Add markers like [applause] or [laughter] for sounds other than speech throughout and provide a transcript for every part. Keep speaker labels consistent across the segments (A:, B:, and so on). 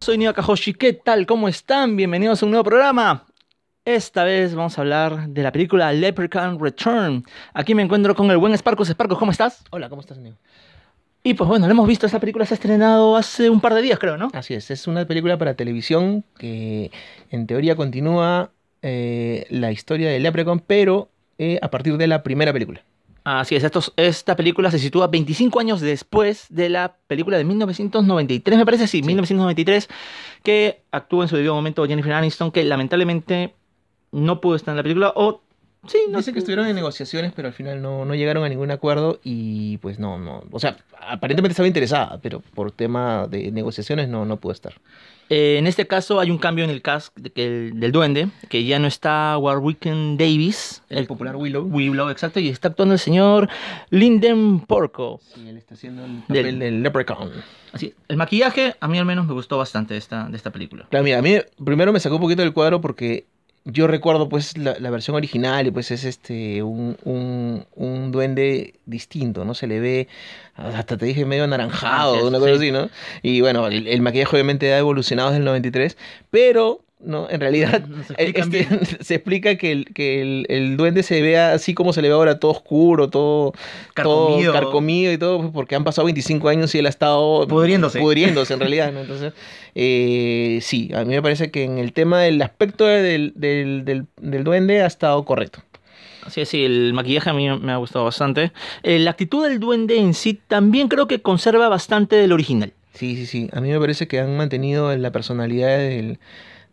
A: Soy Nio Kajoshi, ¿qué tal? ¿Cómo están? Bienvenidos a un nuevo programa. Esta vez vamos a hablar de la película Leprechaun Return. Aquí me encuentro con el buen Sparkus. Sparkus, ¿cómo estás?
B: Hola, ¿cómo estás, Neo?
A: Y pues bueno, lo hemos visto, esa película se ha estrenado hace un par de días, creo, ¿no?
B: Así es, es una película para televisión que en teoría continúa eh, la historia de Leprechaun, pero eh, a partir de la primera película.
A: Así es, estos- esta película se sitúa 25 años después de la película de 1993, me parece, sí, 1993, que actuó en su debido momento Jennifer Aniston, que lamentablemente no pudo estar en la película, o sí, no
B: Dice
A: estoy
B: que estuvieron en negociaciones, pero al final no, no llegaron a ningún acuerdo y pues no, no. O sea, aparentemente estaba interesada, pero por tema de negociaciones no, no pudo estar.
A: Eh, en este caso hay un cambio en el cast de que el- del duende, que ya no está Warwicken Davis,
B: El popular Willow.
A: Willow, exacto, y está actuando el señor Linden Porco.
B: Sí, él está haciendo el
A: Del-
B: papel del, Leprechaun.
A: Así, el maquillaje a mí al menos me gustó bastante de esta, de esta película.
B: Claro, mira, a mí primero me sacó un poquito del cuadro porque yo recuerdo pues la, la versión original y pues es este un, un, un duende distinto, ¿no? Se le ve, hasta te dije, medio anaranjado,
A: Antes,
B: una cosa
A: sí.
B: así, ¿no? Y bueno, el, el maquillaje obviamente ha evolucionado desde el 93, pero, ¿no? En
A: [laughs]
B: realidad...
A: Nos explican
B: este,
A: bien.
B: [laughs] se explica que, el, que el, el duende se vea así como se le ve ahora, todo oscuro, todo
A: Carcomido.
B: todo carcomido y todo, pues, porque han pasado 25 años y él ha estado
A: Pudriéndose.
B: pudriéndose, en realidad, ¿no? Entonces, eh, sí, a mí me parece que en el tema del aspecto del, del- del- del duende ha estado correcto.
A: Sí, sí, el maquillaje a mí me ha gustado bastante. Eh, la actitud del duende en sí también creo que conserva bastante del original.
B: Sí, sí, sí, a mí me parece que han mantenido la personalidad del,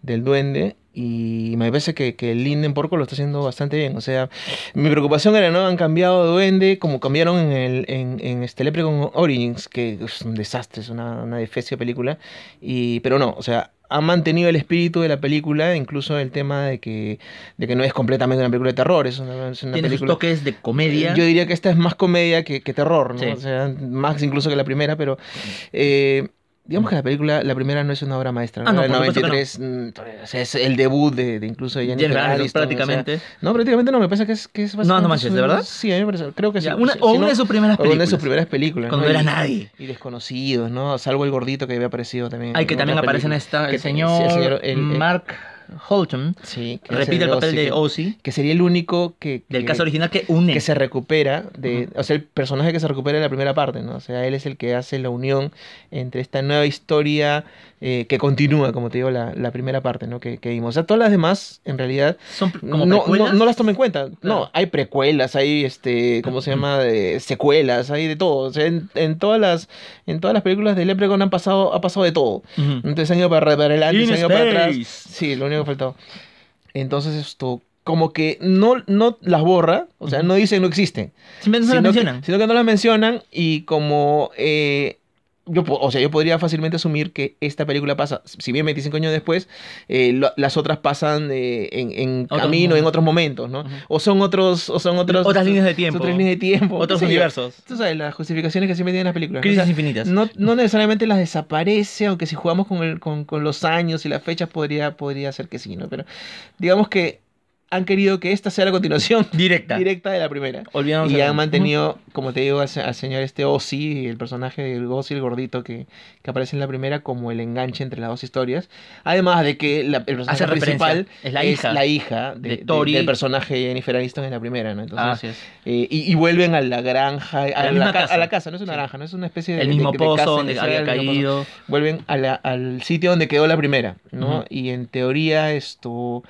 B: del duende. Y me parece que, que el Linden Porco lo está haciendo bastante bien. O sea, mi preocupación era, ¿no? Han cambiado de duende como cambiaron en, el, en, en este Leprechaun Origins, que es un desastre, es una, una defecia película. Y, pero no, o sea, ha mantenido el espíritu de la película, incluso el tema de que, de que no es completamente una película de terror, es una, es una
A: Tiene sus
B: película...
A: toques de comedia.
B: Yo diría que esta es más comedia que, que terror, ¿no?
A: Sí.
B: O sea, más incluso que la primera, pero eh, digamos que la película, la primera no es una obra maestra.
A: Ah, no,
B: La del
A: por supuesto que no.
B: 93, mm, o sea, es el debut de, de incluso de Jennifer,
A: Jennifer Aniston,
B: Aniston, o sea,
A: prácticamente.
B: no, prácticamente no, me parece que es, que es
A: no manches,
B: es
A: ¿de
B: un-
A: verdad?
B: Sí, a mí me parece, creo que sí.
A: Ya, una-
B: Si
A: o
B: no,
A: una de sus primeras
B: o
A: películas.
B: una de sus primeras películas.
A: Cuando
B: ¿no?
A: era
B: Y-
A: nadie.
B: Y desconocidos, ¿no? Salvo el gordito que había aparecido también.
A: Hay que
B: en
A: también
B: otra
A: aparece Eh, en
B: película.
A: esta el
B: Que-
A: señor,
B: sí, el señor- el- el-
A: Mark Holton.
B: Sí, que hace
A: Repite el papel
B: Ozzy,
A: de
B: que-
A: Ozzy.
B: Que sería el único que...
A: Del
B: que-
A: caso original que une.
B: que se recupera de, o sea, el personaje que se recupera de la primera parte, ¿no? O sea, él es el que hace la unión entre esta nueva historia eh, que continúa, como te digo, la, la primera parte, ¿no? Que, que vimos. O sea, todas las demás, en realidad,
A: Son pr- como
B: no, no,
A: precuelas.
B: no las tomo en cuenta.
A: Claro.
B: No, hay precuelas, hay este, ¿cómo se llama? De secuelas, hay de todo. O sea, en, en todas las, en todas las películas de Leprechaun han pasado, ha pasado de todo.
A: Ujú.
B: Entonces han ido para, para adelante,
A: In
B: se han ido para atrás.
A: space.
B: Sí, lo único que faltaba. Entonces esto, como que no, no las borra, o sea,
A: Ujú.
B: no dicen no existen.
A: Simplemente no las
B: sino que-
A: mencionan.
B: sino que no las mencionan y como... eh, yo, po- o sea, yo podría fácilmente asumir que esta película pasa, si bien 25 años después, eh, lo- las otras pasan eh, en, en
A: Otros
B: camino, en
A: momentos.
B: otros momentos, ¿no?
A: Ujú.
B: O son otros... O son otros
A: Otras líneas de
B: son
A: tiempo.
B: Otras líneas de tiempo.
A: Otros
B: qué sé yo.
A: universos.
B: Tú sabes, las justificaciones que siempre tienen las películas. ¿no? O
A: Crisis
B: sea,
A: infinitas.
B: no, no necesariamente las desaparece, aunque si jugamos con, el, con, con los años y las fechas podría, podría ser que sí, ¿no? Pero digamos que han querido que esta sea
A: [laughs]
B: la continuación
A: Directa.
B: directa de la primera.
A: Olvidamos
B: Y
A: el-
B: han mantenido, como te digo, al, se- al señor este Ozzy, el personaje del Ozzy, el gordito que, que aparece en la primera, como el enganche entre las dos historias. Además de que la- el personaje
A: Hace referencia.
B: principal
A: Es la hija
B: hija de,
A: de
B: de-
A: Tori.
B: del personaje de Jennifer Aniston en la primera, ¿no? Entonces,
A: Ah, así es.
B: eh, y, y vuelven a la granja, a la,
A: misma
B: ca-
A: casa.
B: a la casa, no es una
A: Sí.
B: granja, no es una especie de...
A: El mismo
B: de- de casa
A: pozo
B: en
A: donde
B: el-
A: había
B: el mismo pozo.
A: caído.
B: Vuelven a la- al sitio donde quedó la primera, ¿no?
A: Ujú.
B: Y en teoría esto,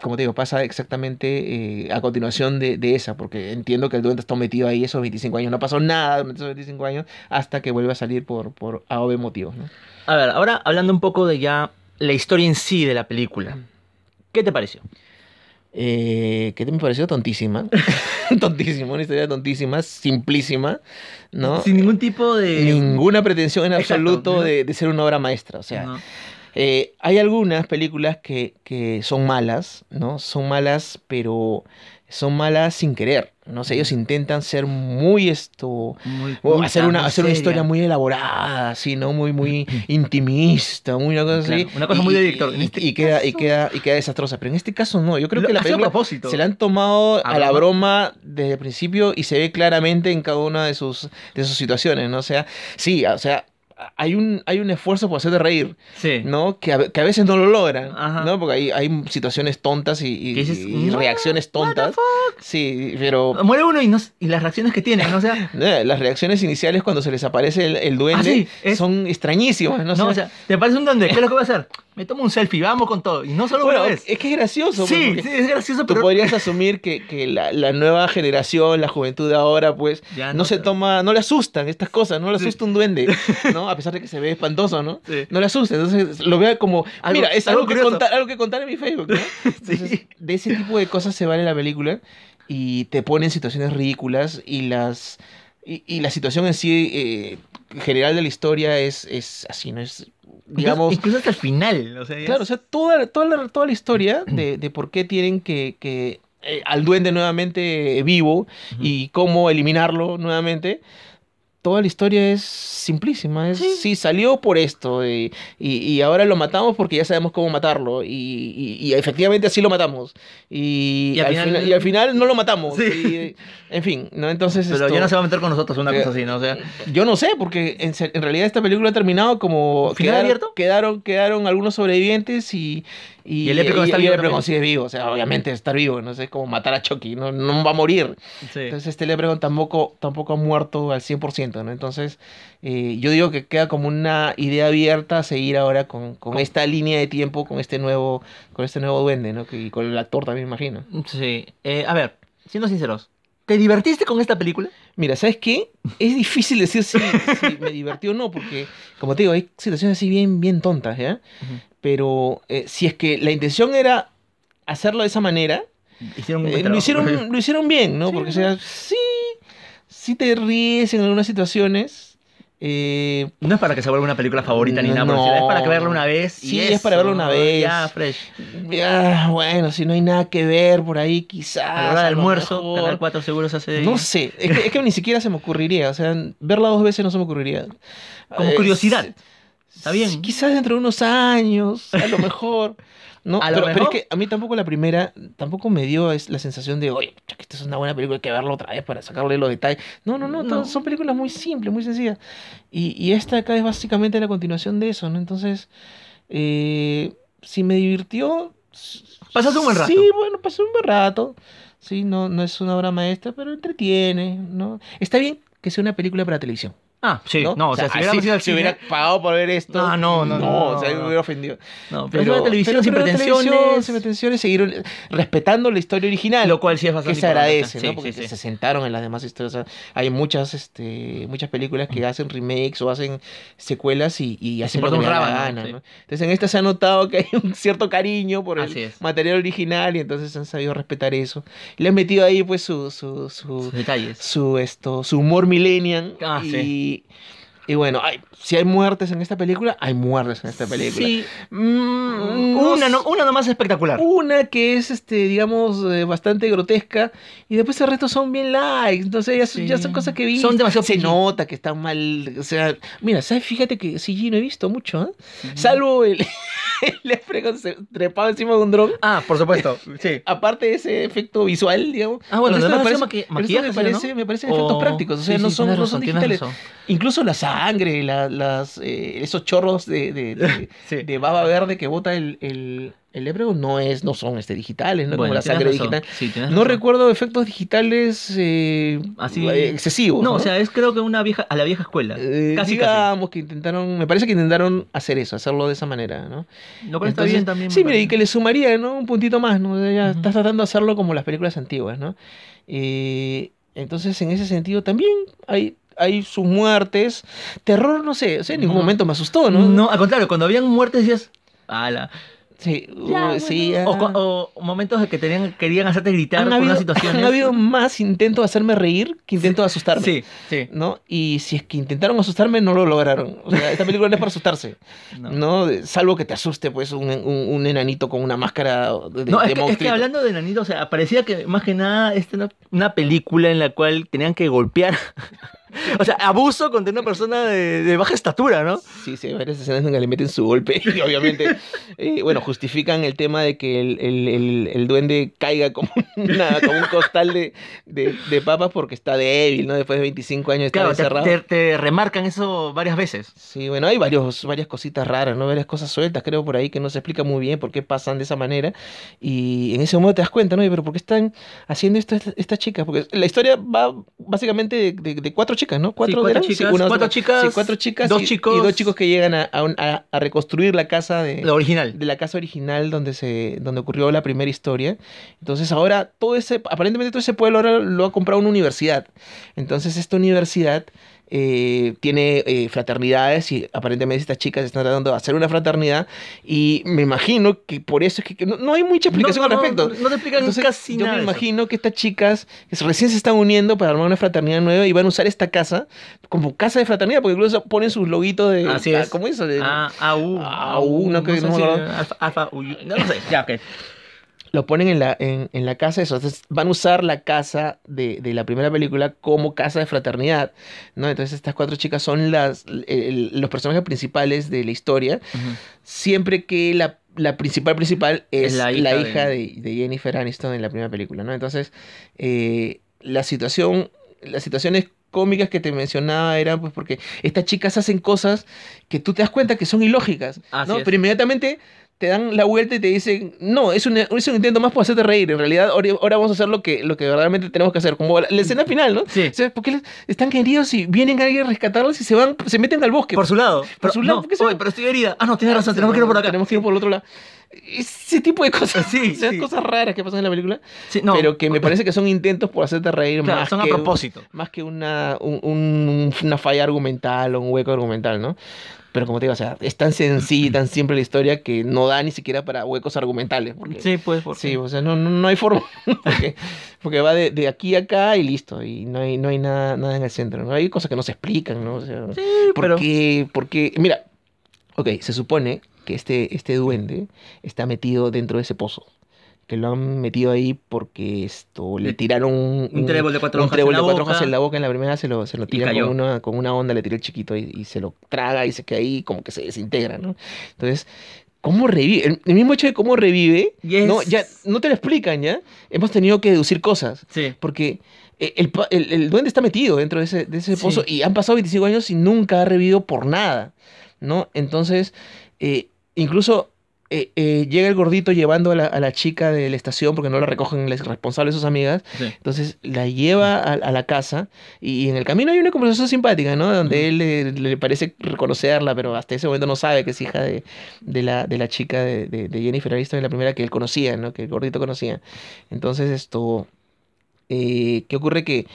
B: como te digo, pasa exactamente eh, a continuación de, de esa, porque entiendo que el duende está metido ahí esos 25 años, no pasó nada durante esos 25 años hasta que vuelve a salir por, por A o B motivos, ¿no?
A: A ver, ahora hablando un poco de ya la historia en sí de la película. ¿Qué te pareció?
B: Eh, que me pareció tontísima, [laughs] tontísima, una historia tontísima, simplísima, ¿no?
A: Sin ningún tipo de.
B: ninguna pretensión en
A: Exacto,
B: absoluto
A: ¿no?
B: de, de ser una obra maestra. O sea,
A: No.
B: eh, hay algunas películas que, que son malas, ¿no? Son malas, pero son malas sin querer. No sé, ellos intentan ser muy esto.
A: Muy
B: o
A: culta,
B: hacer una,
A: muy
B: hacer una
A: seria.
B: historia muy elaborada, así, ¿no?
A: [laughs]
B: Muy, muy intimista, muy una cosa así.
A: Claro, una cosa muy
B: Y-
A: de director.
B: y-
A: En
B: Y,
A: este
B: queda, y,
A: caso-
B: queda, y queda desastrosa. Pero en este caso no. Yo creo
A: Lo-
B: que la
A: ha sido a
B: película
A: propósito.
B: se la han tomado
A: A
B: a la
A: broma.
B: broma desde el principio y se ve claramente en cada una de sus, de sus situaciones, ¿no? O sea, sí, o sea, hay un, hay un esfuerzo por hacerte reír,
A: Sí.
B: ¿no? Que a, que a veces no lo logran,
A: Ajá.
B: ¿no? Porque hay, hay situaciones tontas y, y-
A: Que dices, "Mm,
B: y
A: "What?
B: reacciones tontas. Sí, pero
A: Muere uno y, no, y las reacciones que tiene, ¿no? O
B: [laughs]
A: sea,
B: eh, las reacciones iniciales cuando se les aparece el, el duende
A: Ah, sí, es-
B: son extrañísimas, ¿no?
A: no, o sea, te parece un duende, ¿qué es lo que voy a hacer? Me tomo un selfie, vamos con todo. Y no solo
B: bueno,
A: una vez.
B: es que es gracioso. pues,
A: sí,
B: porque
A: sí, es gracioso,
B: Tú
A: pero
B: podrías asumir que, que la, la nueva generación, la juventud de ahora, pues,
A: Ya
B: no,
A: no
B: se
A: te-
B: toma, no le asustan estas cosas, no le
A: Sí.
B: asusta un
A: [laughs]
B: duende, ¿no? A pesar de que se ve espantoso, ¿no?
A: Sí.
B: No le asusta, entonces lo vea como, ah,
A: Algo-
B: mira, es
A: algo
B: algo, que
A: curioso.
B: contar, algo que contar en mi Facebook, ¿no?
A: [laughs]
B: Entonces,
A: Sí.
B: de ese tipo de cosas se vale la película y te pone en situaciones ridículas y las... Y, y la situación en sí eh, general de la historia es, es así, ¿no? Es, digamos,
A: incluso hasta el final, o sea, ya
B: Claro, o
A: Pues, es-
B: sea, toda, toda, la, toda
A: [clears throat]
B: la historia de, de por qué tienen que, que, eh, al duende nuevamente vivo
A: Ujú.
B: y cómo eliminarlo nuevamente. Toda la historia es simplísima. Es,
A: Sí.
B: sí. salió por esto y, y- y ahora lo matamos porque ya sabemos cómo matarlo. Y, y- y efectivamente así lo matamos. Y,
A: Y al
B: al,
A: final-
B: fina- y al final no lo matamos.
A: Sí.
B: Y, eh, en fin, ¿no? Entonces.
A: pero
B: esto-
A: ya no se va a meter con nosotros una
B: Eh,
A: cosa así, ¿no? O sea,
B: yo no sé, porque en, se- en realidad esta película ha terminado como...
A: ¿Final
B: quedaron,
A: abierto?
B: Quedaron, quedaron algunos sobrevivientes y...
A: Y el Leprechaun está
B: y el
A: vivo
B: Leprechaun
A: también.
B: sigue vivo. O sea, obviamente estar vivo, no sé, es como matar a Chucky, no, no va a morir.
A: sí.
B: Entonces este Leprechaun tampoco, tampoco ha muerto al 100%, ¿no? Entonces eh, yo digo que queda como una idea abierta a seguir ahora con, con esta línea de tiempo, con este nuevo, con este nuevo duende, ¿no? Que- Y con el actor también, imagino.
A: Sí. Eh, a ver, siendo sinceros, ¿te divertiste con esta película?
B: Mira, ¿sabes qué? Es difícil decir si, si me divertí o no, porque, como te digo, hay situaciones así bien, bien tontas, ¿ya? Pero eh, si es que la intención era hacerlo de esa manera,
A: Hicieron un
B: eh,
A: buen
B: lo,
A: trabajo. [laughs]
B: hicieron, lo hicieron bien, ¿no?
A: Sí,
B: porque, o
A: ¿no?
B: sea, sí, sí te ríes en algunas situaciones. eh,
A: No es para que se vuelva una película favorita ni nada, por el
B: No.
A: estilo, es para que verla una vez. y
B: Sí, es para verla una
A: eso,
B: vez.
A: Ya, fresh.
B: ah, bueno, si no hay nada que ver por ahí, quizás.
A: A la hora
B: a
A: del
B: lo
A: almuerzo,
B: Ah, mejor.
A: Canal 4 seguro se hace.
B: No sé, es que, es que ni siquiera se me ocurriría, o sea, verla dos veces no se me ocurriría.
A: Como
B: Eh,
A: curiosidad. Está bien.
B: Sí, Quizás dentro de unos años,
A: [laughs]
B: a lo mejor. ¿no?
A: A lo
B: pero, pero
A: mejor.
B: es que a mí tampoco la primera, tampoco me dio es- la sensación de, oye, pucha, que esta es una buena película, hay que verla otra vez para sacarle los detalles. No, no, no,
A: No.
B: to- son películas muy simples, muy sencillas. Y, y esta acá es básicamente la continuación de eso, ¿no? Entonces, eh, si me divirtió... s-
A: Pasaste un buen rato.
B: Sí, bueno, pasé un buen rato. Sí, no, no es una obra maestra, pero entretiene, ¿no? Está bien que sea una película para televisión.
A: Ah, sí. No, o sea, si hubiéramos
B: así,
A: ido al
B: si
A: cine-
B: hubiera pagado por ver esto.
A: No, no, no, no,
B: o sea,
A: no, no.
B: me hubiera ofendido.
A: No, pero, es una televisión sin
B: pero la televisión
A: pretensiones.
B: Sin pretensiones, seguir respetando la historia original.
A: Lo cual sí es bastante
B: que se
A: importante.
B: agradece,
A: Sí,
B: ¿no? Porque
A: sí, sí.
B: se sentaron en las demás historias. O sea, hay muchas, este, muchas películas que hacen remakes o hacen secuelas y, y hacen lo
A: importa
B: que
A: un
B: le da la
A: rábano,
B: gana,
A: sí.
B: ¿no? Entonces en esta se ha notado que hay un cierto cariño por
A: Así
B: el
A: es.
B: material original y entonces han sabido respetar eso. Le han metido ahí pues su, su, su,
A: Sus detalles.
B: su esto su humor millennial
A: Ah,
B: y,
A: sí.
B: y bueno hay- si hay muertes en esta película hay muertes en esta película
A: Sí,
B: Mm, no
A: una,
B: s-
A: no, una nomás espectacular.
B: una que es este digamos eh, bastante grotesca y después el resto son bien likes entonces ya, son- ya
A: Sí.
B: son cosas que vi
A: Son demasiado
B: se
A: PG.
B: nota que están mal o sea mira ¿sabes? fíjate que CG no he visto mucho ¿eh? salvo el [laughs] el leprechaun se- trepado encima de un dron
A: Ah, por supuesto.
B: [laughs]
A: Sí.
B: aparte de ese efecto visual digamos
A: Ah, bueno,
B: el resto
A: además
B: me
A: hacía maqui-
B: parece- el resto
A: maquillaje,
B: me
A: ¿no?
B: parece me parecen efectos
A: O-
B: prácticos o sea
A: Oh, sí,
B: no
A: sí,
B: son
A: tienes
B: no
A: razón,
B: son
A: tienes
B: digitales
A: razón.
B: Incluso la sangre, la- las, eh, esos chorros de,
A: [laughs]
B: de, de-
A: Sí. Ah.
B: de baba verde que bota el, el, el Leprechaun no, es, no son este, digitales, ¿no? Como
A: Bueno,
B: la
A: tienes
B: sangre
A: razón.
B: digital.
A: Sí, tienes
B: No
A: razón.
B: recuerdo efectos digitales eh,
A: Así-
B: eh, excesivos.
A: No, o sea, es creo que una vieja, a la vieja escuela.
B: Eh,
A: casi, casi.
B: digamos que intentaron, me parece que intentaron hacer eso, hacerlo de esa manera, ¿no?
A: Lo cual está
B: Entonces,
A: bien también.
B: Sí,
A: me
B: mira, y
A: parece.
B: que le sumaría, ¿no? Un puntito más, ¿no? O sea, ya
A: Ujú.
B: Estás tratando de hacerlo como las películas antiguas, ¿no? Eh, entonces, en ese sentido, también hay, hay sus muertes. Terror, no sé, o sea, en ningún
A: No.
B: momento me asustó, ¿no?
A: ¿no? al contrario, cuando habían muertes decías. Ala.
B: Sí, uh,
A: Ya,
B: sí,
A: bueno.
B: ya.
A: o, cua- o momentos de que tenían, querían hacerte gritar
B: han,
A: por
B: [laughs] habido,
A: una situación.
B: han habido más intentos de hacerme reír que intentos de asustarme.
A: Sí, sí.
B: ¿No? Y si es que intentaron asustarme, no lo lograron. O sea, esta película no es para asustarse.
A: [laughs] No,
B: ¿no? De- Salvo que te asuste, pues, un, un- un enanito con una máscara de,
A: No, es,
B: de
A: que, es que
B: monstruito.
A: hablando de este Nanito, o sea, parecía que más que nada esta era una película en la cual tenían que golpear [laughs] O sea, abuso contra una persona de, de baja estatura, ¿no?
B: Sí, sí, hay varias escenas donde le meten su golpe [laughs] y obviamente, eh, bueno, justifican el tema de que el, el- el- el duende caiga como, [laughs] una- como un costal de, de- de papas porque está débil, ¿no? Después de 25 años está
A: Claro, te,
B: encerrado.
A: te- te remarcan eso varias veces.
B: Sí, bueno, hay varios, varias cositas raras, ¿no? Varias cosas sueltas, creo, por ahí que no se explica muy bien por qué pasan de esa manera. Y en ese momento te das cuenta, ¿no? Oye, Pero ¿por qué están haciendo esto est- estas chicas? Porque la historia va básicamente de, de- de cuatro chicas, ¿no?
A: Sí,
B: Cuatro,
A: cuatro
B: eran? Sí,
A: chicas,
B: una,
A: cuatro
B: otra-
A: chicas,
B: sí, cuatro chicas
A: dos
B: y,
A: chicos.
B: y dos chicos que llegan a, a un- a- a reconstruir la casa de,
A: Lo original.
B: de la casa original donde se donde ocurrió la primera historia. Entonces ahora todo ese aparentemente todo ese pueblo ahora lo ha comprado una universidad. Entonces esta universidad eh, tiene eh, fraternidades y aparentemente estas chicas están tratando de hacer una fraternidad y me imagino que por eso es que, que no, no hay mucha explicación
A: no,
B: al respecto.
A: No, no te explican
B: Entonces,
A: casi
B: yo
A: nada.
B: me
A: de eso.
B: imagino que estas chicas que recién se están uniendo para armar una fraternidad nueva y van a usar esta casa como casa de fraternidad, porque incluso ponen sus loguitos de...
A: Así
B: ah,
A: es.
B: ¿Cómo eso? De-
A: Ah, AU.
B: AU, no que-
A: sé
B: no me
A: si-
B: acuerdo.
A: alfa- alfa, uy, no lo sé, ya, ok.
B: lo ponen en la, en, en la casa de eso. Entonces van a usar la casa de, de la primera película como casa de fraternidad, ¿no? Entonces estas cuatro chicas son las, el- los personajes principales de la historia, siempre que la, la principal principal es la hija, de... de Jennifer Aniston en la primera película, ¿no? Entonces, eh, la situación, las situaciones cómicas que te mencionaba eran pues porque estas chicas hacen cosas que tú te das cuenta que son ilógicas,
A: Así
B: ¿no?
A: es.
B: Pero inmediatamente te dan la vuelta y te dicen, no, es un, es un intento más por hacerte reír, en realidad ahora ahora vamos a hacer lo que, lo que verdaderamente tenemos que hacer, como la, la escena final, ¿no?
A: Sí.
B: O sea, porque les- están queridos y vienen alguien a rescatarlos y se van, se meten al bosque.
A: Por su lado. Por
B: su lado,
A: No,
B: ¿por qué se-
A: oye, pero estoy herida. Ah, no, tienes razón, tenemos que ir por acá. Eh,
B: Tenemos que ir por el otro lado. Ese tipo de cosas.
A: [laughs] Sí,
B: o sea,
A: sí.
B: cosas raras que pasan en la película.
A: Sí, no,
B: pero que me parece que son intentos por hacerte reír
A: claro,
B: más,
A: son a
B: que,
A: propósito.
B: más que una, un- un- una falla argumental o un hueco argumental, ¿no? Pero como te digo, o sea, es tan sencilla y tan simple la historia que no da ni siquiera para huecos argumentales. porque-
A: Sí, pues, porque...
B: Sí, o sea, no, no, no hay forma. [laughs] Porque, porque va de, de aquí a acá y listo. Y no hay, no hay nada, nada en el centro. ¿no? Hay cosas que no se explican, ¿no? O sea,
A: Sí, [laughs]
B: ¿Por
A: pero...
B: qué? Porque, mira, ok, se supone que este, este duende está metido dentro de ese pozo. Que lo han metido ahí porque esto le
A: Le-
B: tiraron un,
A: un trébol de cuatro
B: un
A: hojas en
B: trébol
A: la
B: de cuatro
A: boca.
B: hojas en la boca. En la primera se lo, se lo tiran
A: cayó.
B: con una, con una onda, le tira el chiquito y, y se lo traga y se queda ahí, como que se desintegra, ¿no? Entonces, ¿cómo revive? El, el mismo hecho de cómo revive,
A: Y es-
B: no, ya, no te lo explican, ¿ya? Hemos tenido que deducir cosas.
A: Sí.
B: Porque eh, el, pa- el- el duende está metido dentro de ese, de ese
A: Sí.
B: pozo y han pasado 25 años y nunca ha revivido por nada, ¿no? Entonces, eh, incluso eh, eh, llega el gordito llevando a la, a la chica de la estación porque no la recogen las responsables sus amigas.
A: sí.
B: Entonces la lleva a, a la casa y, en el camino hay una conversación simpática, ¿no? Donde él eh, le, parece reconocerla, pero hasta ese momento no sabe que es hija de, de la, de la chica de, de- de Jennifer Aniston, la primera que él conocía, ¿no? Que el gordito conocía. Entonces esto, eh, ¿qué ocurre? Que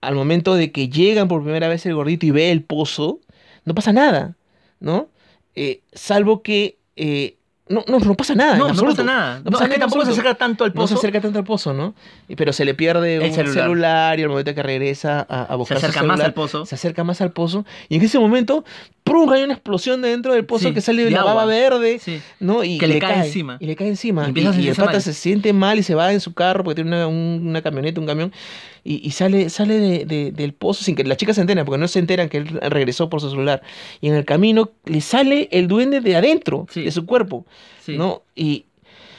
B: al momento de que llegan por primera vez el gordito y ve el pozo, no pasa nada, ¿no? Eh, salvo que... eh, no, no, no pasa nada. en
A: No, no
B: absoluto.
A: pasa nada. No,
B: pasa
A: es que
B: nada en
A: tampoco se
B: absoluto.
A: acerca tanto al
B: No
A: pozo.
B: se acerca tanto al pozo, ¿no? Y- Pero se le pierde
A: El
B: un
A: celular.
B: celular. y al momento que regresa a, a
A: se
B: buscar su
A: acerca más
B: celular,
A: al pozo.
B: se acerca más al pozo. Y en ese momento, ¡prum! Hay una explosión de dentro del pozo
A: Sí,
B: que sale de
A: de
B: la baba
A: agua.
B: verde,
A: Sí.
B: ¿no? Y
A: Que le cae encima.
B: Y le cae encima.
A: Y
B: Y,
A: empieza a
B: y el
A: sentirse
B: pata
A: mal.
B: se siente mal y se va en su carro porque tiene una, un- una camioneta, un camión. Y, y sale, sale de- de- del pozo sin que las chicas se enteren, porque no se enteran que él regresó por su celular. Y en el camino le sale el duende de adentro,
A: Sí.
B: de su cuerpo,
A: Sí.
B: ¿no? Y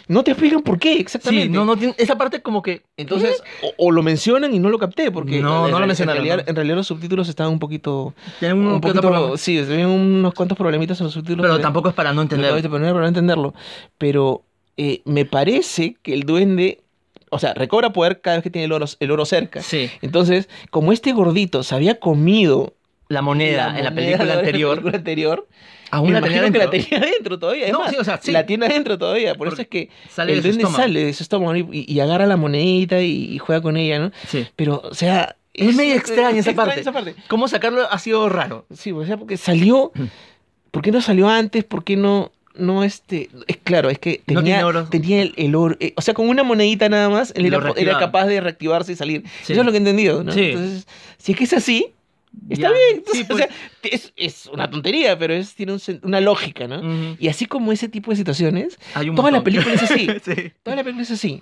B: no te explican por qué exactamente.
A: Sí, no, no tiene- esa parte como que...
B: Entonces, ¿Eh? o, o lo mencionan y no lo capté, porque
A: No,
B: en-
A: no lo
B: en-
A: mencionaron,
B: En realidad,
A: ¿no? Mm,
B: en realidad los subtítulos estaban un poquito...
A: tiene
B: Un,
A: un, que otro
B: poquito
A: problema.
B: sí, tenían unos cuantos problemitas en los subtítulos.
A: Pero
B: que-
A: tampoco es para no
B: que-
A: entender.
B: Pero no era para entenderlo. Pero eh, me parece que el duende... O sea, recobra poder cada vez que tiene el oro, el oro cerca.
A: Sí.
B: Entonces, como este gordito se había comido...
A: La moneda, en la
B: moneda
A: película
B: de la
A: anterior.
B: película anterior,
A: Aún
B: me
A: la tenía
B: imagino que la
A: dentro.
B: tenía adentro todavía. Es
A: No,
B: más,
A: sí, o sea, sí.
B: La tiene adentro todavía. Por eso es que
A: Sale
B: el
A: de su
B: duende
A: estómago.
B: sale de su estómago y, y- y agarra la monedita y, y juega con ella, ¿no?
A: Sí.
B: Pero, o sea...
A: Es medio extraña esa parte. Mm.
B: esa parte.
A: ¿Cómo sacarlo ha sido raro?
B: Sí, o sea, porque salió... ¿Por qué no salió antes? ¿Por qué no...? No, este... Es claro, es que
A: No
B: tenía,
A: tiene oro.
B: tenía el, el oro... eh, o sea, con una monedita nada más, él
A: Lo
B: era, era
A: reactivaba.
B: capaz de reactivarse y salir.
A: Sí.
B: Eso es lo que he entendido, ¿no?
A: Sí.
B: Entonces, si es que es así, está
A: Ya.
B: bien. Entonces,
A: Sí, pues.
B: [laughs]
A: Mm.
B: O sea, es, es una tontería, pero es, tiene un sen- una lógica, ¿no?
A: Ujú.
B: Y así como ese tipo de situaciones,
A: Hay un
B: toda la
A: montón.
B: película es así.
A: [laughs] sí.
B: Toda la película es así.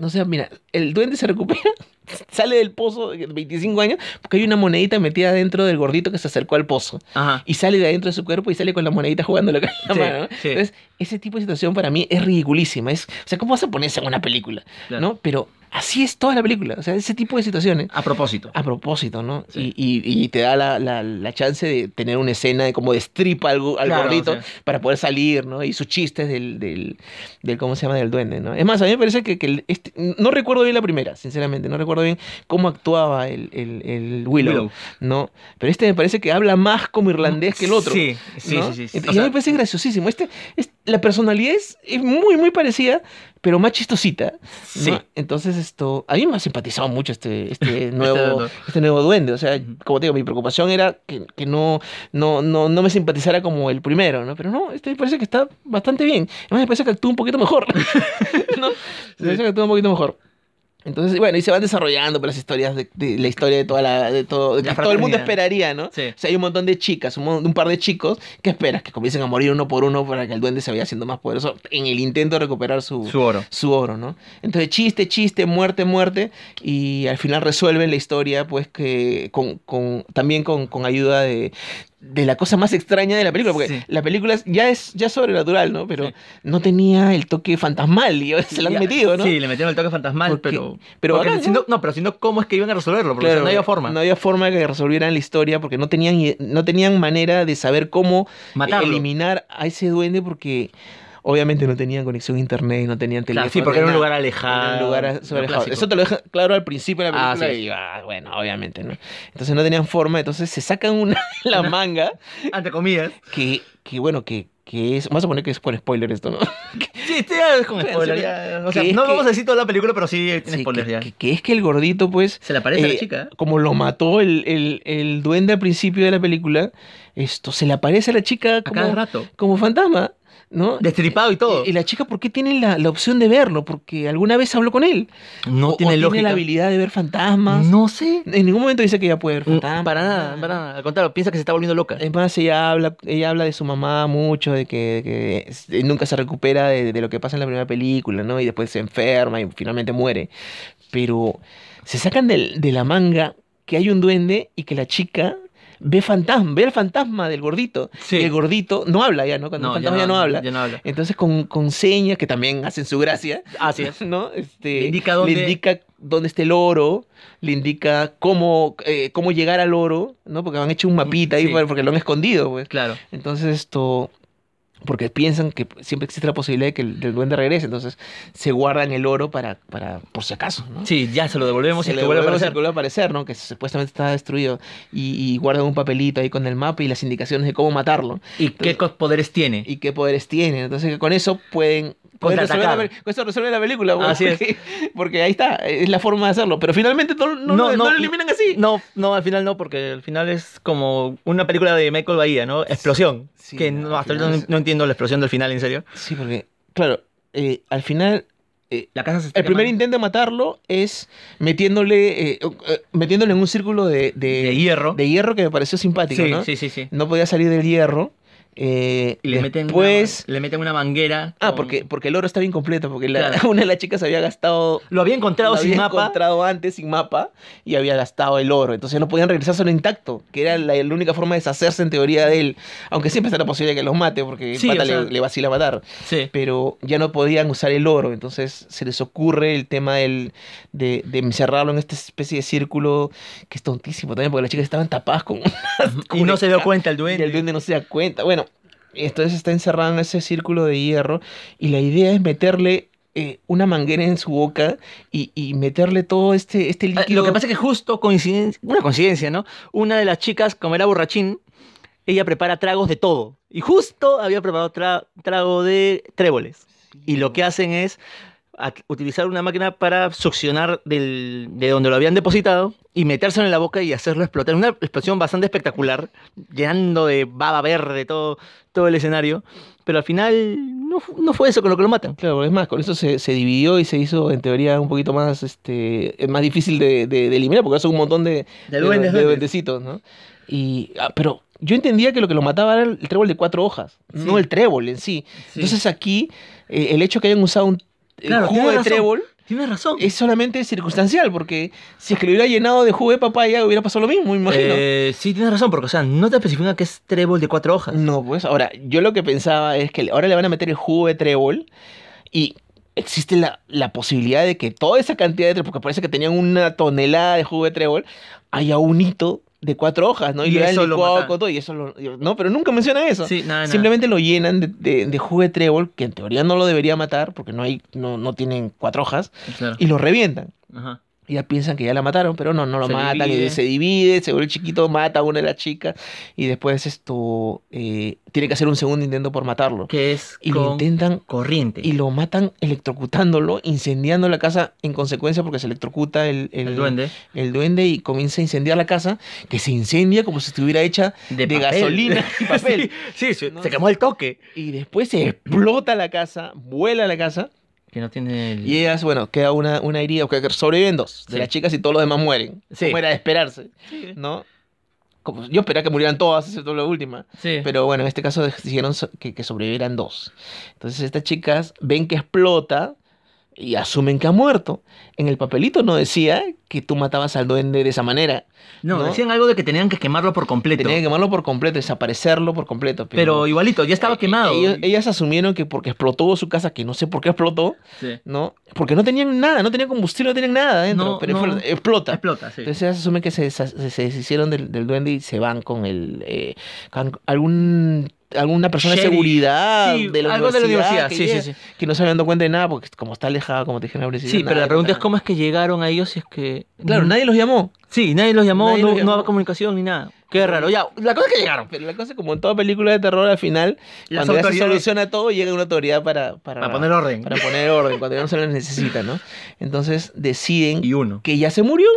B: No sé, mira, el duende se recupera, [laughs] sale del pozo de 25 años, porque hay una monedita metida dentro del gordito que se acercó al pozo.
A: Ajá.
B: Y sale de adentro de su cuerpo y sale con la monedita jugando la [laughs]
A: Sí,
B: mano. ¿no?
A: sí.
B: Entonces, ese tipo de situación para mí es ridiculísima. Es, o sea, ¿cómo vas a ponerse en una película?
A: Claro.
B: ¿No? Pero así es toda la película. O sea, ese tipo de situaciones.
A: A propósito.
B: A propósito, ¿no?
A: Sí.
B: Y, y- y te da la, la- la chance de tener una escena de como destripa al, gu- al
A: Claro,
B: gordito
A: o sea.
B: para poder salir, ¿no? Y sus chistes del, del, del- ¿cómo se llama? Del duende, ¿no? Es más, a mí me parece que, que el- este- no recuerdo bien la primera, sinceramente, no recuerdo bien cómo actuaba el, el- el Willow,
A: Willow.
B: ¿no? Pero este me parece que habla más como irlandés que el otro.
A: Sí, sí,
B: ¿no?
A: sí. sí, sí.
B: Ent-
A: O
B: y a
A: sea,
B: mí me parece graciosísimo. Este, es- la personalidad es, es muy, muy parecida, pero más chistosita. ¿no?
A: sí.
B: Entonces, esto, a mí me ha simpatizado mucho
A: [laughs]
B: este, este,
A: duende.
B: nuevo, este nuevo duende. O sea,
A: Ujú.
B: como te digo, mi preocupación era que, que no, no, no, no me simpatizara como el primero, ¿no? Pero no, este me parece que está bastante bien. Además, me parece que actúa un poquito mejor. [laughs] ¿no? Me parece que actúa un poquito mejor. Entonces, bueno, y se van desarrollando por las historias de, de la historia de toda la, de todo, de
A: La
B: que todo el mundo
A: fraternidad.
B: esperaría, ¿no?
A: Sí.
B: O sea, hay un montón de chicas, un, mon- un par de chicos que esperas que comiencen a morir uno por uno para que el duende se vaya haciendo más poderoso en el intento de recuperar
A: Su oro.
B: su oro, ¿no? Entonces, chiste, chiste, muerte, muerte, y al final resuelven la historia, pues, que con, con- también con, con ayuda de, de la cosa más extraña de la película, porque
A: Sí.
B: la película es- ya es ya es sobrenatural, ¿no? Pero
A: Sí.
B: no tenía el toque fantasmal y ahora se lo han
A: Ya,
B: metido, ¿no?
A: Sí, le metieron el toque fantasmal,
B: Porque-
A: pero.
B: pero
A: porque
B: bacán,
A: si
B: ¿no?
A: no, no, pero si no, ¿cómo es que iban a resolverlo? Porque o sea,
B: Claro,
A: no había forma.
B: No había forma de que resolvieran la historia porque no tenían, i- no tenían manera de saber cómo
A: Matarlo.
B: eliminar a ese duende porque obviamente no tenían conexión a internet, no tenían teléfono.
A: Claro, sí, porque
B: no
A: era un
B: tenían
A: lugar
B: nada.
A: alejado.
B: Era un lugar
A: lo
B: sobrejado.
A: clásico.
B: Eso te lo deja claro al principio de la
A: Ah,
B: película
A: sí.
B: y ah, bueno, obviamente, ¿no? Entonces no tenían forma, entonces se sacan una [laughs] la
A: Una-
B: manga [laughs]
A: Entre comillas.
B: que, que bueno, que, que es, vamos a poner que es por spoiler esto, ¿no?
A: Sí, sí, ya es con
B: Bueno,
A: spoiler.
B: sí,
A: ya, o sea,
B: que es
A: no
B: que-
A: vamos a decir toda la película, pero sí tiene
B: Sí,
A: spoilers
B: que,
A: ya.
B: que- que es que el gordito, pues,
A: Se le aparece a la
B: eh,
A: chica.
B: como lo mató el, el, el duende al principio de la película, esto se le aparece a la chica
A: A cada
B: como,
A: rato.
B: como fantasma, ¿no?
A: Destripado y todo.
B: Y, y la chica, ¿por qué tiene la, la opción de verlo? Porque alguna vez habló con él.
A: no
B: O- o la habilidad de ver fantasmas.
A: No sé.
B: En ningún momento dice que ella puede ver
A: Mm,
B: fantasmas.
A: Para nada, para nada. Al contrario, piensa que se está volviendo loca.
B: Es más, ella habla, ella habla de su mamá mucho, de que, que es- nunca se recupera de, de lo que pasa en la primera película, ¿no? Y después se enferma y finalmente muere. Pero se sacan del- de la manga que hay un duende y que la chica ve fantasma, ve el fantasma del gordito.
A: Sí.
B: Y el gordito no habla ya, ¿no? Cuando el fantasma ya no, habla.
A: Ya no
B: [laughs]
A: habla.
B: Entonces con, con señas que también hacen su gracia.
A: Así es.
B: [laughs] ¿no? Este,
A: Le indica dónde-
B: indica dónde está el oro, le indica cómo, eh, cómo llegar al oro, ¿no? Porque han hecho un mapita ahí
A: Sí.
B: para- porque lo han escondido, pues.
A: Claro.
B: Entonces esto... Porque piensan que siempre existe la posibilidad de que el, del duende regrese, entonces se guardan el oro para, para por si acaso, ¿no?
A: Sí, ya se lo devolvemos
B: Se
A: y
B: le
A: que vuelve a
B: devuelve, se
A: aparecer.
B: vuelve a aparecer, ¿no? Que supuestamente está destruido. Y, y guardan un papelito ahí con el mapa y las indicaciones de cómo matarlo
A: ¿Y qué cos- poderes tiene?
B: y qué poderes tienen. Entonces, que con eso pueden. pueden resolver la
A: Contraatacar.
B: pe- con eso resuelven la película. pues,
A: Así es.
B: porque, porque ahí está, es la forma de hacerlo. Pero finalmente no, no,
A: No,
B: lo-
A: no,
B: no lo eliminan así.
A: No, no, al final no, porque al final es como una película de Michael Bahía, ¿no? Explosión.
B: Sí,
A: que
B: al
A: no, hasta
B: final
A: ahorita no,
B: es-
A: no entiendo la explosión del final, en serio.
B: Sí, porque, claro, eh, al final. eh,
A: La casa se está
B: el primer
A: quemando
B: intento de matarlo es metiéndole, eh, eh, metiéndole en un círculo de, de-
A: de hierro.
B: de hierro que me pareció simpático,
A: sí,
B: ¿no?
A: sí, sí, sí.
B: No podía salir del hierro. eh,
A: Y le meten,
B: después,
A: una, le meten una manguera.
B: Ah,
A: con-
B: porque, porque el oro está bien completo, porque la-
A: Claro.
B: [laughs] una de las chicas había gastado
A: Lo había encontrado
B: lo
A: sin
B: había
A: mapa.
B: encontrado antes sin mapa y había gastado el oro. Entonces no podían regresárselo intacto, que era la, la única forma de deshacerse en teoría de él. Aunque siempre está la posibilidad de que los mate, porque el
A: Sí,
B: pata
A: o sea-
B: le, le vacila a matar.
A: Sí.
B: Pero ya no podían usar el oro. Entonces se les ocurre el tema del, de, de encerrarlo en esta especie de círculo que es tontísimo también, porque las chicas estaban tapadas con. [laughs]
A: Y no se dio cuenta el
B: Y
A: duende.
B: el duende no se da cuenta. Bueno, entonces está encerrado en ese círculo de hierro y la idea es meterle eh, una manguera en su boca y, y meterle todo este, este
A: Ah,
B: líquido.
A: Lo que pasa es que justo coincidencia, una coincidencia, ¿no? Una de las chicas, como era borrachín, ella prepara tragos de todo. Y justo había preparado tra- trago de tréboles. Y lo que hacen es at- utilizar una máquina para succionar del- de donde lo habían depositado y metérselo en la boca y hacerlo explotar. Una explosión bastante espectacular, llenando de baba verde todo, todo el escenario. Pero al final no, fu- no fue eso con lo que lo matan.
B: Claro, es más, con eso se, se dividió y se hizo en teoría un poquito más este eh, más difícil de, de- de eliminar, porque son un montón de,
A: De duendes, duendes.
B: duendecitos, ¿no? Y, ah, pero yo entendía que lo que lo mataba era el trébol de cuatro hojas,
A: Sí.
B: no el trébol en sí. Entonces aquí, eh, el hecho que hayan usado un eh,
A: Claro,
B: jugo de
A: tienes razón.
B: trébol
A: Tienes razón.
B: es solamente circunstancial, porque si es que lo hubiera llenado de jugo de papaya hubiera pasado lo mismo, me [laughs] imagino.
A: Eh, sí, tienes razón, porque, o sea, no te especifican que es trébol de cuatro hojas.
B: No, pues ahora, yo lo que pensaba es que ahora le van a meter el jugo de trébol y existe la, la posibilidad de que toda esa cantidad de trébol, porque parece que tenían una tonelada de jugo de trébol, haya un hito de cuatro hojas, ¿no?
A: Y
B: le dan
A: eso lo
B: licuado
A: matan.
B: con todo, y eso lo- No, pero nunca mencionan eso.
A: Sí, nada, nada.
B: Simplemente lo llenan de, de- de jugo de trébol, que en teoría no lo debería matar, porque no, hay, no, no tienen cuatro hojas,
A: Claro.
B: y lo revientan.
A: Ajá.
B: Y ya piensan que ya la mataron, pero no, no lo
A: Se
B: matan.
A: divide.
B: Y se divide, seguro el chiquito mata a una de las chicas. Y después esto eh, tiene que hacer un segundo intento por matarlo.
A: Que es
B: Y lo
A: con
B: intentan
A: corriente.
B: y lo matan electrocutándolo, incendiando la casa en consecuencia porque se electrocuta el,
A: el, duende.
B: el duende y comienza a incendiar la casa, que se incendia como si estuviera hecha de,
A: papel.
B: gasolina y papel.
A: [laughs] Sí, sí, se,
B: No,
A: se quemó el toque.
B: Y después se explota la casa, vuela la casa.
A: Que no tiene el...
B: Y ellas, bueno, queda una, una herida, que sobreviven dos
A: Mm.
B: de
A: Sí.
B: las chicas y todos los demás mueren.
A: Sí.
B: Como era de esperarse.
A: Sí,
B: ¿no? Como, yo esperaba que murieran todas, excepto la última.
A: sí.
B: Pero bueno, en este caso decidieron so- que, que sobrevivieran dos. Entonces estas chicas ven que explota y asumen que ha muerto. En el papelito no decía que tú matabas al duende de esa manera.
A: no,
B: no.
A: decían algo de que tenían que quemarlo por completo.
B: Tenía que quemarlo por completo, desaparecerlo por completo.
A: Pero igualito, ya estaba
B: eh,
A: quemado.
B: ellos- ellas asumieron que porque explotó su casa, que no sé por qué explotó,
A: Sí.
B: ¿no? Porque no tenían nada, no tenían combustible, no tenían nada adentro.
A: No,
B: pero
A: no.
B: fue- explota.
A: Explota, sí.
B: Entonces ellas asumen que se, desa- se- se deshicieron del, del duende y se van con el eh, con algún alguna persona de
A: Sheriff.
B: seguridad
A: Sí,
B: de la
A: algo de la universidad,
B: que
A: sí,
B: llega,
A: sí, sí.
B: que no se habían dado cuenta de nada porque como está alejada como te dije en la universidad
A: Sí, pero
B: nadie
A: la pregunta es
B: contaba.
A: cómo es que llegaron a ellos si es que...
B: claro nadie los llamó
A: Sí, nadie los llamó,
B: Nadie
A: no,
B: los
A: no
B: llamó.
A: había comunicación ni nada. Qué raro. Ya, la cosa es que llegaron.
B: pero la cosa es como en toda película de terror al final
A: Las
B: cuando ya se
A: autoridades-
B: soluciona todo llega una autoridad para para,
A: Para poner orden.
B: para poner orden cuando ya no se lo necesita no entonces deciden
A: Y uno.
B: que ya se murió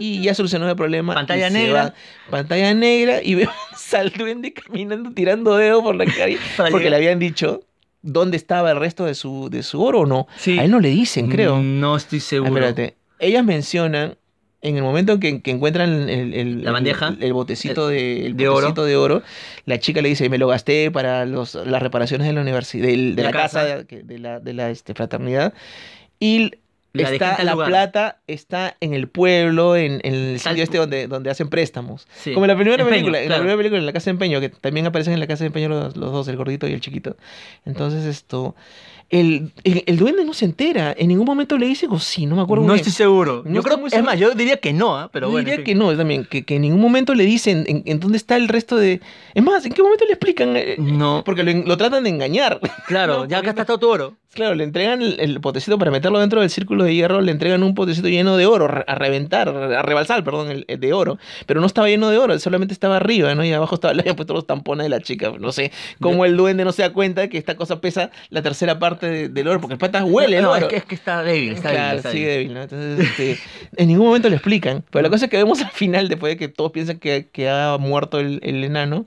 B: y ya solucionó el problema.
A: Pantalla
B: y se
A: negra.
B: va. Pantalla negra y [laughs] vemos al duende caminando, tirando dedo por la calle.
A: Para
B: porque
A: llegar-
B: le habían dicho dónde estaba el resto de su, de su oro o no.
A: Sí. Mm,
B: A él no le dicen, creo. Ah,
A: No estoy seguro.
B: Espérate. Ellas mencionan, en el momento que, que encuentran el, el-
A: La bandeja.
B: el, el botecito, de, el
A: de oro.
B: botecito de oro, la chica le dice, me lo gasté para los, las reparaciones de la universidad, del- de,
A: La
B: la,
A: casa.
B: casa, de, que- de la, de la, este, fraternidad. Y
A: La dejé en
B: está,
A: tal
B: la
A: lugar.
B: plata está en el pueblo, en, en el
A: Tal-
B: sitio este donde, donde hacen préstamos.
A: Sí.
B: Como en la primera
A: Empeño,
B: película, en la
A: claro.
B: primera película, en la casa de empeño, que también aparecen en la casa de empeño los, los dos, el gordito y el chiquito. Entonces, esto. El, el, el duende no se entera. En ningún momento le dice o sí, no me acuerdo.
A: No
B: muy
A: estoy
B: bien.
A: seguro.
B: No
A: yo
B: estoy
A: creo,
B: muy
A: es
B: seguro.
A: más, yo diría que no, ¿ah? pero
B: Yo
A: bueno.
B: diría
A: en
B: que
A: fin.
B: no, también, que, que en ningún momento le dicen en, en dónde está el resto de. Es más, ¿en qué momento le explican? Eh,
A: No,
B: Porque lo, en- lo tratan de engañar.
A: claro,
B: No,
A: ya acá
B: porque-
A: está todo tu oro.
B: Claro, le entregan el, el potecito para meterlo dentro del círculo de hierro, le entregan un potecito lleno de oro, re- a reventar, re- a rebalsar, perdón, el, el de oro. Pero no estaba lleno de oro, solamente estaba arriba, ¿no? Y abajo estaba, [laughs] le habían puesto los tampones de la chica. No sé cómo el duende no se da cuenta que esta cosa pesa la tercera parte de- del oro, porque el pata huele,
A: No,
B: ¿no?
A: es que, es que está débil, está
B: claro,
A: débil. está
B: sigue
A: débil.
B: débil, ¿no? Entonces, este, en ningún momento lo explican. Pero la cosa es que vemos al final, después de que todos piensan que, que ha muerto el, el enano,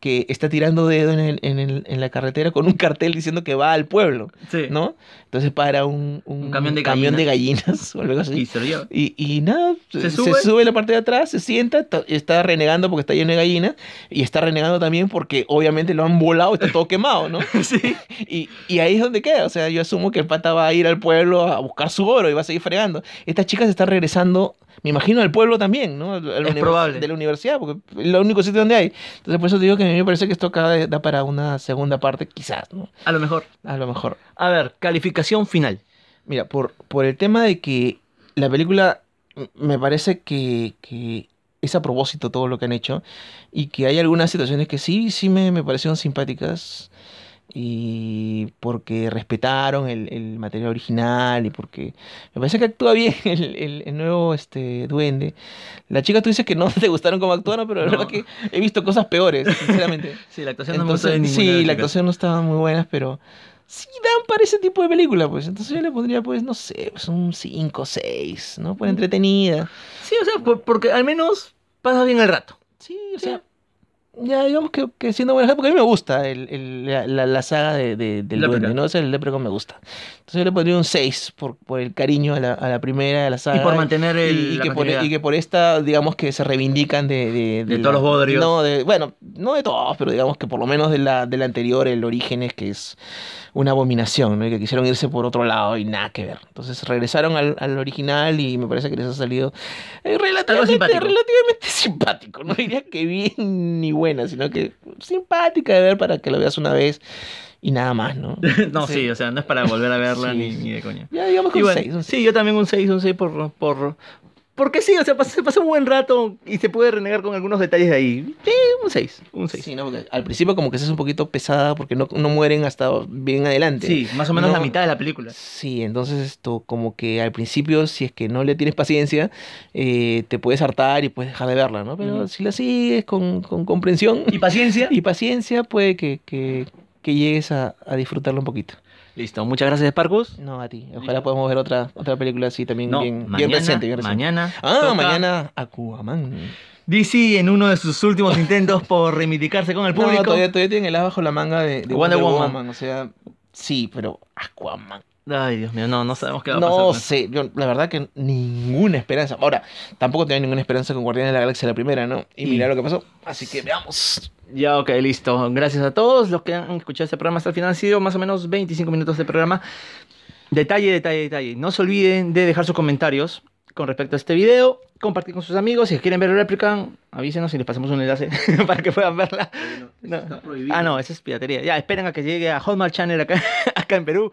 B: que está tirando dedo en, el- en el- en la carretera con un cartel diciendo que va al pueblo.
A: Sí.
B: ¿no? Entonces para un, un
A: Un camión de
B: de gallinas [laughs] o algo
A: Y
B: así.
A: se lo lleva. [laughs]
B: Y, y nada,
A: Se
B: se,
A: sube.
B: sube. a la parte de atrás, se sienta, ta- está renegando porque está lleno de gallinas y está renegando también porque obviamente lo han volado, está todo quemado, ¿no?
A: Sí.
B: Y, y ahí es donde queda, o sea, yo asumo que el pata va a ir al pueblo a buscar su oro y va a seguir fregando. Estas chicas están regresando, me imagino, al pueblo también, ¿no? Al- al
A: Es
B: univers-
A: probable.
B: De la universidad, porque es el único sitio donde hay. Entonces por eso te digo que a mí me parece que esto acá da para una segunda parte, quizás, ¿no?
A: A lo mejor.
B: A lo mejor.
A: A ver, calificación final.
B: Mira, por, por el tema de que la película m- me parece que, que es a propósito todo lo que han hecho y que hay algunas situaciones que sí, sí me, me parecieron simpáticas y porque respetaron el, el material original y porque me parece que actúa bien [laughs] el, el- el nuevo este, duende. La chica tú dices que no [laughs] te gustaron cómo actuaron, pero la
A: No.
B: verdad que he visto cosas peores, sinceramente.
A: Sí, la actuación
B: Entonces,
A: no me gustó de ninguna de
B: sí,
A: las
B: la
A: chicas.
B: actuación no estaba muy buena, pero sí dan para ese tipo de película, pues. Entonces yo le pondría, pues, no sé, pues un 5, 6, ¿no?
A: Mm.
B: Por entretenida.
A: Sí, o sea, por- porque al menos pasa bien el rato.
B: Sí, o sea, ya digamos que, que siendo buena gente, porque a mí me gusta el, el- la, la- la saga de, de- del
A: Leprechaun.
B: duende, ¿no? O sea, el Leprechaun me gusta. Entonces yo le pondría un 6 por, por el cariño a la, a la primera, a la saga.
A: Y por mantener el.
B: y, y
A: la
B: que por, e,
A: continuidad.
B: y que por esta, digamos que se reivindican de... De,
A: De todos los bodrios.
B: No, de, bueno, no de todos, pero digamos que por lo menos de la, de la anterior, el Orígenes, que es una abominación, ¿no? Y que quisieron irse por otro lado y nada que ver. Entonces regresaron al, al original y me parece que les ha salido eh, relativamente,
A: simpático.
B: relativamente [laughs] simpático. No diría que bien ni buena, sino que simpática de ver para que lo veas una vez y nada más, ¿no?
A: [laughs] no, sí. o sea, no es para volver a verla
B: Sí,
A: ni,
B: sí.
A: ni de coña.
B: Ya digamos que
A: Y
B: un
A: bueno,
B: seis, un seis.
A: sí, yo también un 6, un 6 por, por... Porque sí, o sea, pas- se pasa un buen rato y se puede renegar con algunos detalles de ahí. Sí, un 6, un 6. Sí,
B: Sí, ¿no? Porque al principio como que se hace un poquito pesada porque no, no mueren hasta bien adelante.
A: más o menos
B: No.
A: la mitad de la película.
B: Sí, entonces esto como que al principio si es que no le tienes paciencia eh, te puedes hartar y puedes dejar de verla, ¿no? Pero
A: Ujú.
B: si la sigues con, con comprensión
A: Y paciencia.
B: y paciencia puede que, que- que llegues a, a disfrutarla un poquito.
A: Listo, muchas gracias, Sparkus.
B: No, a ti. Ojalá
A: Listo.
B: podamos ver otra, otra película así también
A: No,
B: bien, bien
A: mañana,
B: reciente. bien reciente.
A: mañana.
B: Ah,
A: toca
B: mañana Aquaman.
A: DC en uno de sus últimos intentos por reivindicarse con el
B: No,
A: público.
B: todavía, todavía tienen el as bajo la manga de, de
A: Wonder
B: Wonder,
A: Woman.
B: Woman. O sea, sí, pero Aquaman.
A: Ay, Dios mío, no, no sabemos qué va a pasar.
B: No
A: pues.
B: sé, yo la verdad que ninguna esperanza. Ahora, tampoco tenía ninguna esperanza con Guardianes de la Galaxia la primera, ¿no? Y,
A: Y-
B: mira lo que pasó. Así que veamos.
A: Ya, ok, listo. Gracias a todos los que han escuchado este programa hasta el final. Han sido más o menos 25 minutos de programa. Detalle, detalle, detalle. No se olviden de dejar sus comentarios con respecto a este video. Compartir con sus amigos. Si quieren ver réplica, avísenos y les pasamos un enlace [laughs] para que puedan Ah, verla. No. Ah, no, esa es piratería. Ya, esperen a que llegue a Hotmart Channel [laughs] acá, acá en Perú.